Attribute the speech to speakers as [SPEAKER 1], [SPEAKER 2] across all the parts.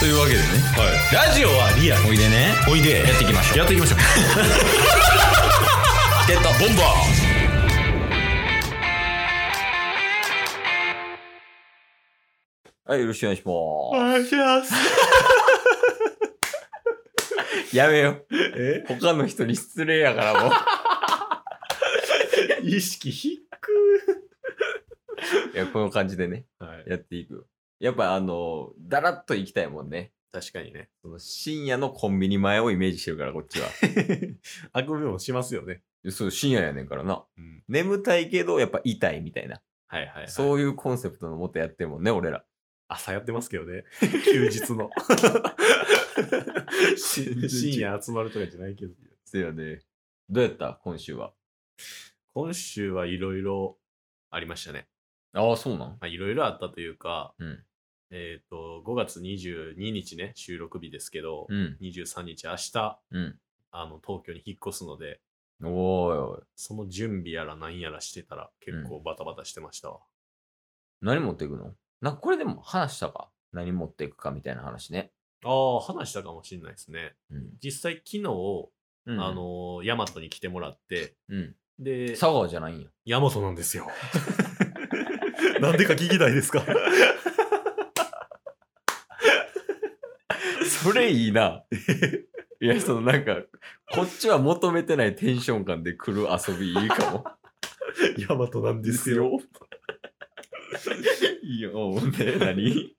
[SPEAKER 1] というわけでね、ラジオはリアおいでね
[SPEAKER 2] おいで
[SPEAKER 1] やっていきましょう
[SPEAKER 2] やって いきましょう
[SPEAKER 1] ゲットボンバーはい、よろしくお願いしま
[SPEAKER 2] 願いします
[SPEAKER 1] す。やめよ。
[SPEAKER 2] え
[SPEAKER 1] 他の人に失礼やからもう。
[SPEAKER 2] 意識低
[SPEAKER 1] いや、この感じでね、
[SPEAKER 2] はい
[SPEAKER 1] やっていく。やっぱあの、だらっと行きたいもんね。
[SPEAKER 2] 確かにね
[SPEAKER 1] その深夜のコンビニ前をイメージしてるから、こっちは。
[SPEAKER 2] あくびもしますよね
[SPEAKER 1] そう、深夜やねんからな。
[SPEAKER 2] うん
[SPEAKER 1] 眠たいけど、やっぱ痛いみたいな。
[SPEAKER 2] はいはい、はい、
[SPEAKER 1] そういうコンセプトのもとやってるもんね、俺ら。
[SPEAKER 2] 朝やってますけど ね休日 の
[SPEAKER 1] 然違う
[SPEAKER 2] 深夜集まるとかじゃないけど
[SPEAKER 1] せやね。どうやった今週は。
[SPEAKER 2] 今週はいろいろありましたね
[SPEAKER 1] ああ、そうなん
[SPEAKER 2] まあいろいろあったというか、
[SPEAKER 1] うん
[SPEAKER 2] えっ、と5月22日ね収録日ですけど、
[SPEAKER 1] うん。
[SPEAKER 2] 23日明日
[SPEAKER 1] うん。
[SPEAKER 2] あの東京に引っ越すので
[SPEAKER 1] おーいおい。
[SPEAKER 2] その準備やらなんやらしてたら結構バタバタしてましたわ、
[SPEAKER 1] 何持っていくのなんかこれでも話したか何持っていくかみたいな話ね。
[SPEAKER 2] ああ話したかもしれないですね
[SPEAKER 1] うん。
[SPEAKER 2] 実際昨日、
[SPEAKER 1] うん、
[SPEAKER 2] あ、のヤマトに来てもらって
[SPEAKER 1] うん。
[SPEAKER 2] で
[SPEAKER 1] 佐川じゃないんや。
[SPEAKER 2] ヤマトなんですよ なんでか聞きたいですか
[SPEAKER 1] それいいな。 いや、そのなんか、こっちは求めてないテンション感で来る遊びいいかも。
[SPEAKER 2] ヤマトなんですよ。
[SPEAKER 1] いいよ、ね、何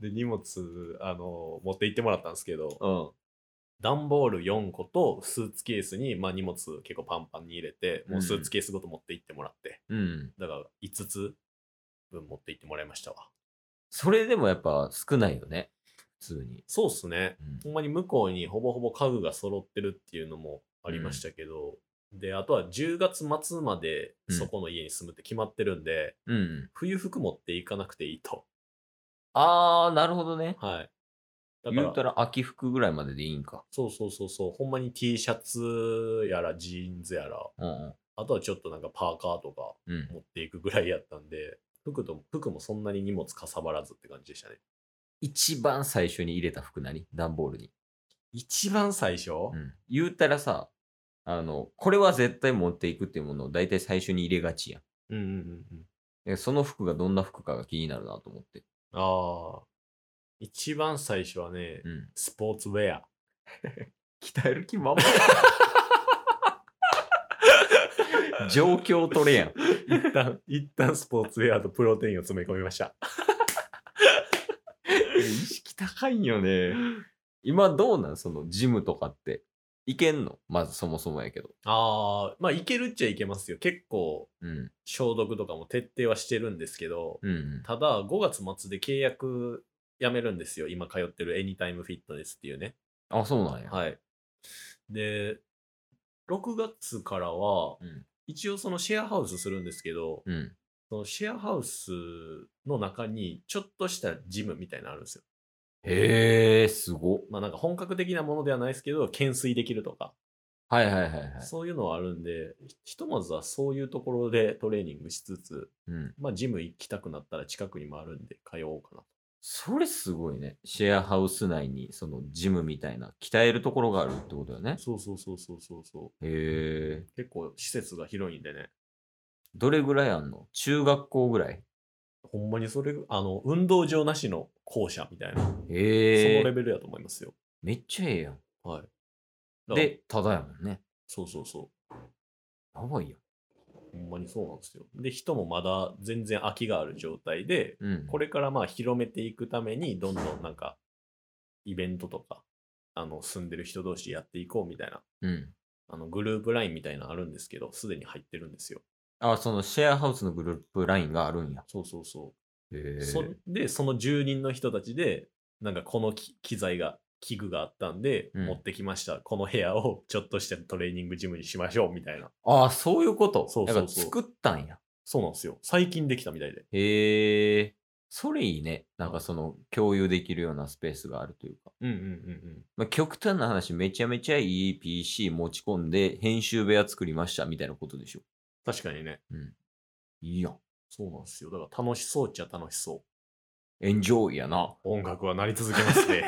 [SPEAKER 2] で荷物あの持って行ってもらったんですけど
[SPEAKER 1] うん。
[SPEAKER 2] 段ボール4個とスーツケースに、まあ、荷物結構パンパンに入れてもうスーツケースごと持って行ってもらって、
[SPEAKER 1] うん。
[SPEAKER 2] だから5つ分持って行ってもらいましたわ
[SPEAKER 1] それでもやっぱ少ないよね。普通に。
[SPEAKER 2] そうっすね
[SPEAKER 1] うん
[SPEAKER 2] ほんまに向こうにほぼほぼ家具が揃ってるっていうのもありましたけど、であとは10月末まで
[SPEAKER 1] うん
[SPEAKER 2] そこの家に住むって決まってるんで、
[SPEAKER 1] うん。
[SPEAKER 2] 冬服持っていかなくていいと
[SPEAKER 1] あー、なるほどね。
[SPEAKER 2] はいだか
[SPEAKER 1] 言
[SPEAKER 2] ら
[SPEAKER 1] うたら秋服ぐらいまででいいんか。
[SPEAKER 2] そうそうそうそうほんまに T シャツやらジーンズやら
[SPEAKER 1] うん
[SPEAKER 2] あとはちょっとなんかパーカーとか
[SPEAKER 1] うん。うん。
[SPEAKER 2] 持っていくぐらいやったんで、服と、服もそんなに荷物かさばらずって感じでしたね。
[SPEAKER 1] 一番最初に入れた服何段ボールに。
[SPEAKER 2] 一番最初、
[SPEAKER 1] うん、言うたらさあのこれは絶対持っていくっていうものを大体最初に入れがちやん
[SPEAKER 2] うん、うんうんうん。
[SPEAKER 1] でその服がどんな服かが気になるなと思って、
[SPEAKER 2] ああ。一番最初はね、
[SPEAKER 1] うん、
[SPEAKER 2] スポーツウェア。
[SPEAKER 1] 鍛える気まま 状況取れやん
[SPEAKER 2] 一旦、一旦スポーツウェアとプロテインを詰め込みました。
[SPEAKER 1] 意識高いんよね今どうなんそのジムとかっていけんのまずそもそもやけど
[SPEAKER 2] ああ、まあいけるっちゃいけますよ。結構、
[SPEAKER 1] うん
[SPEAKER 2] 消毒とかも徹底はしてるんですけど、
[SPEAKER 1] うんうん
[SPEAKER 2] ただ5月末で契約辞めるんですよ。今通ってるエニタイムフィットネスっていうね。
[SPEAKER 1] あそうなんや、
[SPEAKER 2] はい。で、6月からは、
[SPEAKER 1] うん
[SPEAKER 2] 一応そのシェアハウスするんですけど、
[SPEAKER 1] うん
[SPEAKER 2] そのシェアハウスの中にちょっとしたジムみたいなのあるんですよ。
[SPEAKER 1] へえすごっ
[SPEAKER 2] まあなんか本格的なものではないですけど、懸垂できるとか、
[SPEAKER 1] はいはいはいはい、
[SPEAKER 2] そういうのはあるんで、ひとまずはそういうところでトレーニングしつつ、
[SPEAKER 1] うん、
[SPEAKER 2] まあジム行きたくなったら近くにもあるんで通おうかな。
[SPEAKER 1] それすごいね。シェアハウス内に、そのジムみたいな、鍛えるところがあるってことだよね。
[SPEAKER 2] そうそうそうそうそうそ
[SPEAKER 1] へえ。
[SPEAKER 2] う。結構施設が広いんでね。
[SPEAKER 1] どれぐらいあんの中学校ぐらい。
[SPEAKER 2] ほんまにそれ、あの、運動場なしの校舎みたいな、
[SPEAKER 1] へ
[SPEAKER 2] そのレ
[SPEAKER 1] え。
[SPEAKER 2] ベルやと思いますよ。
[SPEAKER 1] めっちゃええやん。
[SPEAKER 2] はい。だから、
[SPEAKER 1] で、ただやもんね。
[SPEAKER 2] そうそうそ
[SPEAKER 1] やばいよ。
[SPEAKER 2] う。ほんまにそうなんですよ。で、人もまだ全然空きがある状態で、
[SPEAKER 1] うん。
[SPEAKER 2] これからまあ広めていくために、どんどんなんか、イベントとか、あの、住んでる人同士やっていこうみたいな、
[SPEAKER 1] うん。
[SPEAKER 2] あの、グループラインみたいなのあるんですけど、すでに入ってるんですよ。
[SPEAKER 1] あ、そのシェアハウスのグループラインがあるんや。
[SPEAKER 2] そうそうそ
[SPEAKER 1] へ
[SPEAKER 2] う。
[SPEAKER 1] え。
[SPEAKER 2] そで、その住人の人たちで、なんかこのき機材が、器具があったんで、
[SPEAKER 1] うん
[SPEAKER 2] 持ってきました。この部屋をちょっとしたトレーニングジムにしましょうみたいな。
[SPEAKER 1] あ、そういうこと。
[SPEAKER 2] そうそ
[SPEAKER 1] だ
[SPEAKER 2] うそう
[SPEAKER 1] から作ったんや。
[SPEAKER 2] そうなんですよ。最近できたみたいで。
[SPEAKER 1] へえ。それいいね。なんかその、共有できるようなスペースがあるというか。
[SPEAKER 2] うんうんうんうん。
[SPEAKER 1] まあ、極端な話、めちゃめちゃいい PC 持ち込んで、編集部屋作りましたみたいなことでしょ。
[SPEAKER 2] 確かにね。
[SPEAKER 1] いいやん。
[SPEAKER 2] そうなんですよ。だから楽しそうっちゃ楽しそ
[SPEAKER 1] エンジョイやな。
[SPEAKER 2] 音楽は鳴り続けます ね。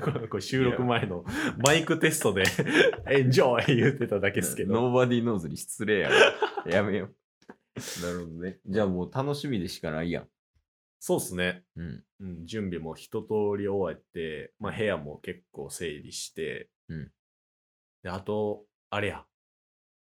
[SPEAKER 2] これこれ収録前のマイクテストで エンジョイ言ってただけですけど。
[SPEAKER 1] ノーバディノーズに失 礼やろ。やめよう。なるほどね。じゃあもう楽しみでしかないやん。
[SPEAKER 2] そうっすね。
[SPEAKER 1] うん。
[SPEAKER 2] うん、準備も一通り終えて、まあ、部屋も結構整理して、
[SPEAKER 1] うん
[SPEAKER 2] であとあれや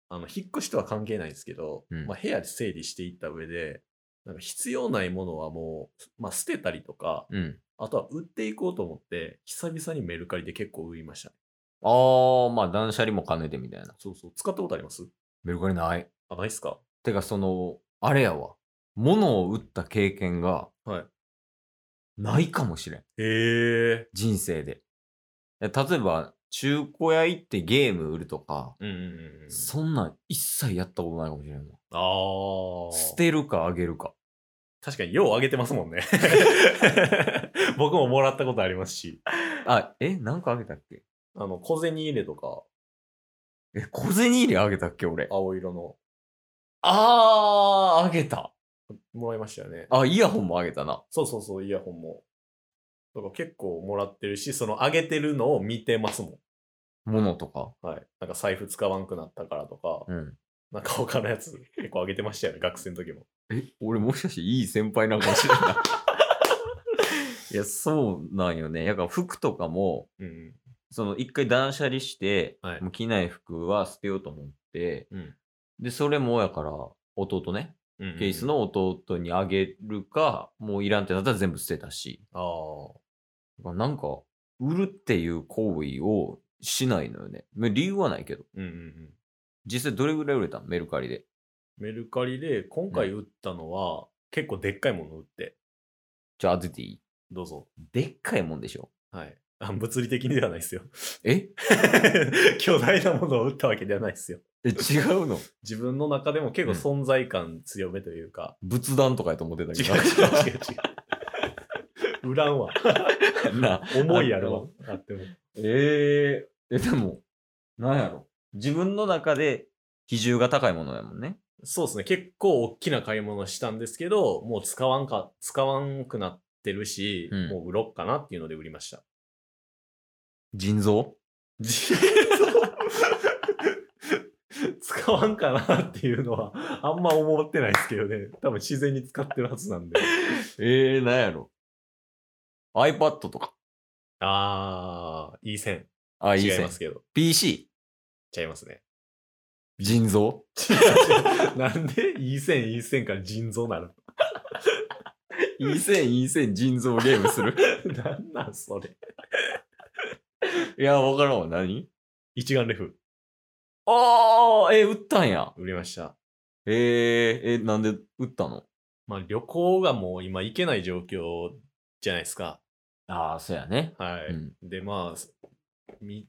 [SPEAKER 2] あの引っ越しとは関係ないんですけど、
[SPEAKER 1] うん
[SPEAKER 2] まあ、部屋整理していった上でなんか必要ないものはもう、まあ、捨てたりとか
[SPEAKER 1] うん。
[SPEAKER 2] あとは売っていこうと思って久々にメルカリで結構売りましたね
[SPEAKER 1] あー、まあ断捨離も兼ねてみたいな。
[SPEAKER 2] そうそう使ったことあります
[SPEAKER 1] メルカリない。
[SPEAKER 2] あないっすか
[SPEAKER 1] てかその、あれやわ。物を売った経験が、
[SPEAKER 2] はい
[SPEAKER 1] ないかもしれん。
[SPEAKER 2] へえ
[SPEAKER 1] 人生で。え例えば、中古屋行ってゲーム売るとか、
[SPEAKER 2] うんうんうんうん
[SPEAKER 1] そんなん一切やったことないかもしれんわ。
[SPEAKER 2] ああ
[SPEAKER 1] 捨てるかあげるか。
[SPEAKER 2] 確かにようあげてますもんね 僕ももらったことありますし
[SPEAKER 1] あ、え、なんかあげたっけ
[SPEAKER 2] あの、小銭入れとか、
[SPEAKER 1] え、小銭入れあげたっけ俺。
[SPEAKER 2] 青色の、
[SPEAKER 1] あー、あげた。
[SPEAKER 2] もらいましたよね。
[SPEAKER 1] あ、イヤホンもあげたな。
[SPEAKER 2] そうそうそう、イヤホンも。だから結構もらってるし、その上げてるのを見てますも
[SPEAKER 1] 物とか。
[SPEAKER 2] ん。はい。なんか財布使わんくなったからとか、
[SPEAKER 1] うん。
[SPEAKER 2] なんか他のやつ 結構上げてましたよね、学生の時も。
[SPEAKER 1] え、俺もしかしていい先輩なのかもしれ ない。いや、そうなんよね。やっぱ服とかも、
[SPEAKER 2] うん。
[SPEAKER 1] その一回断捨離して、
[SPEAKER 2] はい
[SPEAKER 1] もう着ない服は捨てようと思って、
[SPEAKER 2] うん
[SPEAKER 1] で、それもやから、弟ね、
[SPEAKER 2] うん
[SPEAKER 1] ケース。の弟にあげるか、もういらんってなったら全部捨てたし。
[SPEAKER 2] ああ。
[SPEAKER 1] だからなんか、売るっていう行為をしないのよね。まあ理由はないけど。
[SPEAKER 2] うんうんうん。
[SPEAKER 1] 実際どれぐらい売れたのメルカリで。
[SPEAKER 2] メルカリで今回売ったのは、結構でっかいもの売って、
[SPEAKER 1] じゃあ当てていい
[SPEAKER 2] どうぞ。
[SPEAKER 1] でっかいもんでしょ
[SPEAKER 2] はい。あ物理的にではないですよ。
[SPEAKER 1] え
[SPEAKER 2] 巨大なものを売ったわけではないですよ。
[SPEAKER 1] え違うの
[SPEAKER 2] 自分の中でも結構存在感強めというか、
[SPEAKER 1] 仏壇とかやと思ってた
[SPEAKER 2] 違
[SPEAKER 1] け
[SPEAKER 2] う
[SPEAKER 1] ど。
[SPEAKER 2] 違う違う違う。売らんわ。
[SPEAKER 1] な
[SPEAKER 2] 重いやろ。あっても。
[SPEAKER 1] えええ、でも、なんやろ。自分の中で比重が高いものやもんね。
[SPEAKER 2] そうですね。結構大きな買い物したんですけど、もう使わんか、使わんくなってるし、
[SPEAKER 1] うん
[SPEAKER 2] もう売ろっかなっていうので売りました。
[SPEAKER 1] 腎臓
[SPEAKER 2] 使わんかなっていうのは、あんま思ってないですけどね。多分自然に使ってるはずなんで。
[SPEAKER 1] ええなんやろ。iPad とか。
[SPEAKER 2] あー、いい線。
[SPEAKER 1] あ、いい
[SPEAKER 2] 違い
[SPEAKER 1] 線
[SPEAKER 2] ます。けど。
[SPEAKER 1] PC。
[SPEAKER 2] ちゃいますね。
[SPEAKER 1] 腎臓
[SPEAKER 2] なんでいい線いい線から腎臓なの
[SPEAKER 1] いい線、いい線、腎臓ゲームする。
[SPEAKER 2] なんなんそれ。
[SPEAKER 1] いや、わからんわ。何
[SPEAKER 2] 一眼レフ
[SPEAKER 1] ああ、え、売ったんや。
[SPEAKER 2] 売りました。
[SPEAKER 1] えええ、なんで売ったの
[SPEAKER 2] まあ旅行がもう今行けない状況じゃないですか。
[SPEAKER 1] ああ、そうやね。
[SPEAKER 2] はい。
[SPEAKER 1] うん。
[SPEAKER 2] でまあ、み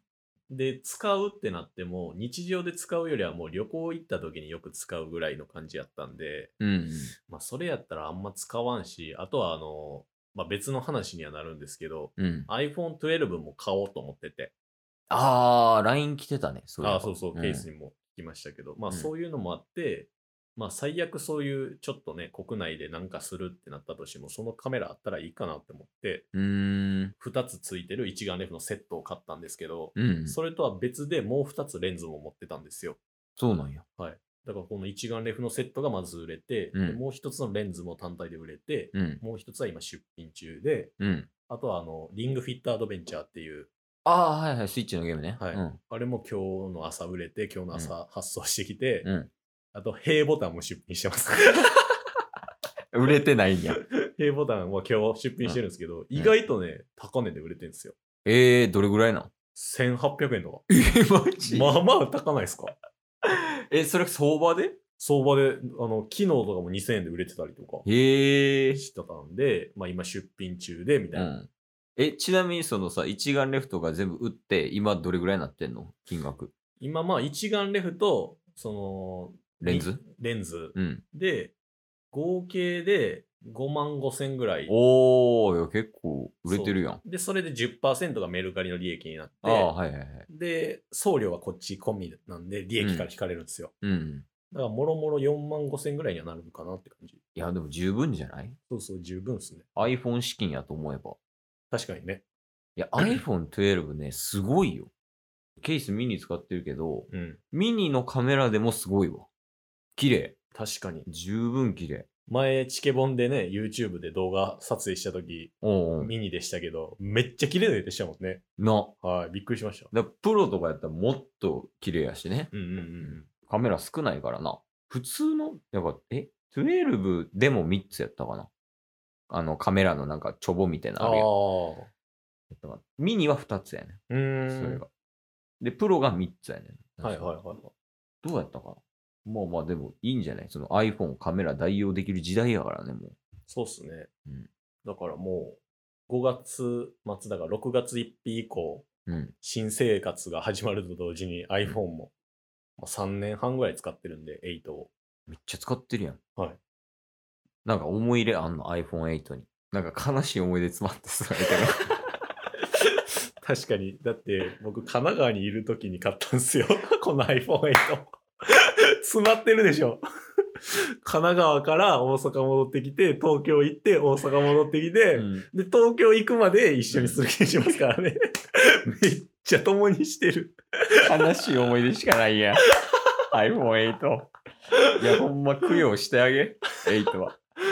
[SPEAKER 2] で、使うってなっても、日常で使うよりはもう旅行行った時によく使うぐらいの感じやったんで、
[SPEAKER 1] うん。
[SPEAKER 2] まあそれやったらあんま使わんし、あとはあの、まあ別の話にはなるんですけど、
[SPEAKER 1] うん。
[SPEAKER 2] iPhone12 も買おうと思ってて。
[SPEAKER 1] ああ、LINE 来てたね。そいえば
[SPEAKER 2] あそうそう、
[SPEAKER 1] ん
[SPEAKER 2] ケースにも聞きましたけど、まあ
[SPEAKER 1] うん
[SPEAKER 2] そういうのもあって、まあ最悪そういうちょっとね、国内でなんかするってなったとしても、そのカメラあったらいいかなって思って、
[SPEAKER 1] うーん。
[SPEAKER 2] 2つついてる一眼レフのセットを買ったんですけど、
[SPEAKER 1] うん。
[SPEAKER 2] それとは別でもう2つレンズも持ってたんですよ。
[SPEAKER 1] そうなんや。
[SPEAKER 2] だからこの一眼レフのセットがまず売れて、
[SPEAKER 1] うん
[SPEAKER 2] でもう1つのレンズも単体で売れて、
[SPEAKER 1] うん。
[SPEAKER 2] もう1つは今出品中で、
[SPEAKER 1] うん。
[SPEAKER 2] あとはあの、リングフィットアドベンチャーっていう、
[SPEAKER 1] ああ、はいはい、スイッチのゲームね。
[SPEAKER 2] はい
[SPEAKER 1] うん。
[SPEAKER 2] あれも今日の朝売れて、今日の朝発送してきて、
[SPEAKER 1] うん
[SPEAKER 2] あと、平ボタンも出品し てます。
[SPEAKER 1] 売れてないんや。
[SPEAKER 2] 平ボタンは今日出品してるんですけど、意外とね、高値で売れてるんですよ。
[SPEAKER 1] ええー、どれぐらいなん
[SPEAKER 2] 1800円とか。
[SPEAKER 1] え、 マ
[SPEAKER 2] まあまあ高ないですか。
[SPEAKER 1] え、それ相場で
[SPEAKER 2] 相場で、あの、機能とかも2000円で売れてたりとか
[SPEAKER 1] ええー。
[SPEAKER 2] してたんで、まあ今出品中で、みた
[SPEAKER 1] う
[SPEAKER 2] いな。
[SPEAKER 1] ん。え、ちなみにそのさ、一眼レフとか全部売って、今どれぐらいになってんの金額。
[SPEAKER 2] 今まあ一眼レフと、その、
[SPEAKER 1] レンズ
[SPEAKER 2] レンズ
[SPEAKER 1] うん。
[SPEAKER 2] で、合計で5万5千ぐらい。
[SPEAKER 1] おー、いや結構売れてるやん。
[SPEAKER 2] で、それで10%がメルカリの利益になって、
[SPEAKER 1] ああ、はいはいはい。
[SPEAKER 2] で、送料はこっち込みなんで、利益から引かれるんですよ。
[SPEAKER 1] うん。
[SPEAKER 2] だから、もろもろ4万5千ぐらいにはなるのかなって感じ。
[SPEAKER 1] いや、でも十分じゃない
[SPEAKER 2] そうそう、十分ですね。
[SPEAKER 1] ?iPhone 資金やと思えば。
[SPEAKER 2] 確かにね。
[SPEAKER 1] いや、iPhone12 ね、すごいよ。ケースミニ使ってるけど、
[SPEAKER 2] うん。
[SPEAKER 1] ミニのカメラでもすごいわ。綺麗。
[SPEAKER 2] 確かに。
[SPEAKER 1] 十分綺麗。
[SPEAKER 2] 前、チケボンでね、YouTube で動画撮影した時
[SPEAKER 1] おうおう
[SPEAKER 2] ミニでしたけど、めっちゃ綺麗でしたもんね。
[SPEAKER 1] な。
[SPEAKER 2] はい、びっくりしました。
[SPEAKER 1] だプロとかやったらもっと綺麗やしね。
[SPEAKER 2] うんうんうん
[SPEAKER 1] カメラ少ないからな。普通の、やっぱ、え ?12 でも3つやったかな。あの、カメラのなんかチョボみたいなのあ
[SPEAKER 2] ああ
[SPEAKER 1] るやんやったかな。ミニは2つやね
[SPEAKER 2] ー。うー
[SPEAKER 1] ん。
[SPEAKER 2] ん。
[SPEAKER 1] それが。で、プロが3つやねん。
[SPEAKER 2] はいはいはいはい。
[SPEAKER 1] どうやったかな。まあまあ、でもいいんじゃないその iPhone カメラ代用できる時代やからね、もう。
[SPEAKER 2] そうっすね。
[SPEAKER 1] うん
[SPEAKER 2] だからもう、5月末だから6月1日以降、
[SPEAKER 1] うん。
[SPEAKER 2] 新生活が始まると同時に iPhone も、まあ、3年半ぐらい使ってるんで、8を。
[SPEAKER 1] めっちゃ使ってるやん。
[SPEAKER 2] はい。
[SPEAKER 1] なんか思い入れあんの iPhone8 に。なんか悲しい思い出詰まってそうやけど。
[SPEAKER 2] 確かに。だって、僕、神奈川にいる時に買ったんすよ。 この iPhone8。詰まってるでしょ。神奈川から大阪戻ってきて、東京行って、大阪戻ってきて、
[SPEAKER 1] うん
[SPEAKER 2] で、東京行くまで一緒にする気にしますからね。 めっちゃ共にしてる。
[SPEAKER 1] 悲しい思い出しかないや ん。iPhone8。いや、ほんま供養してあげ。8は。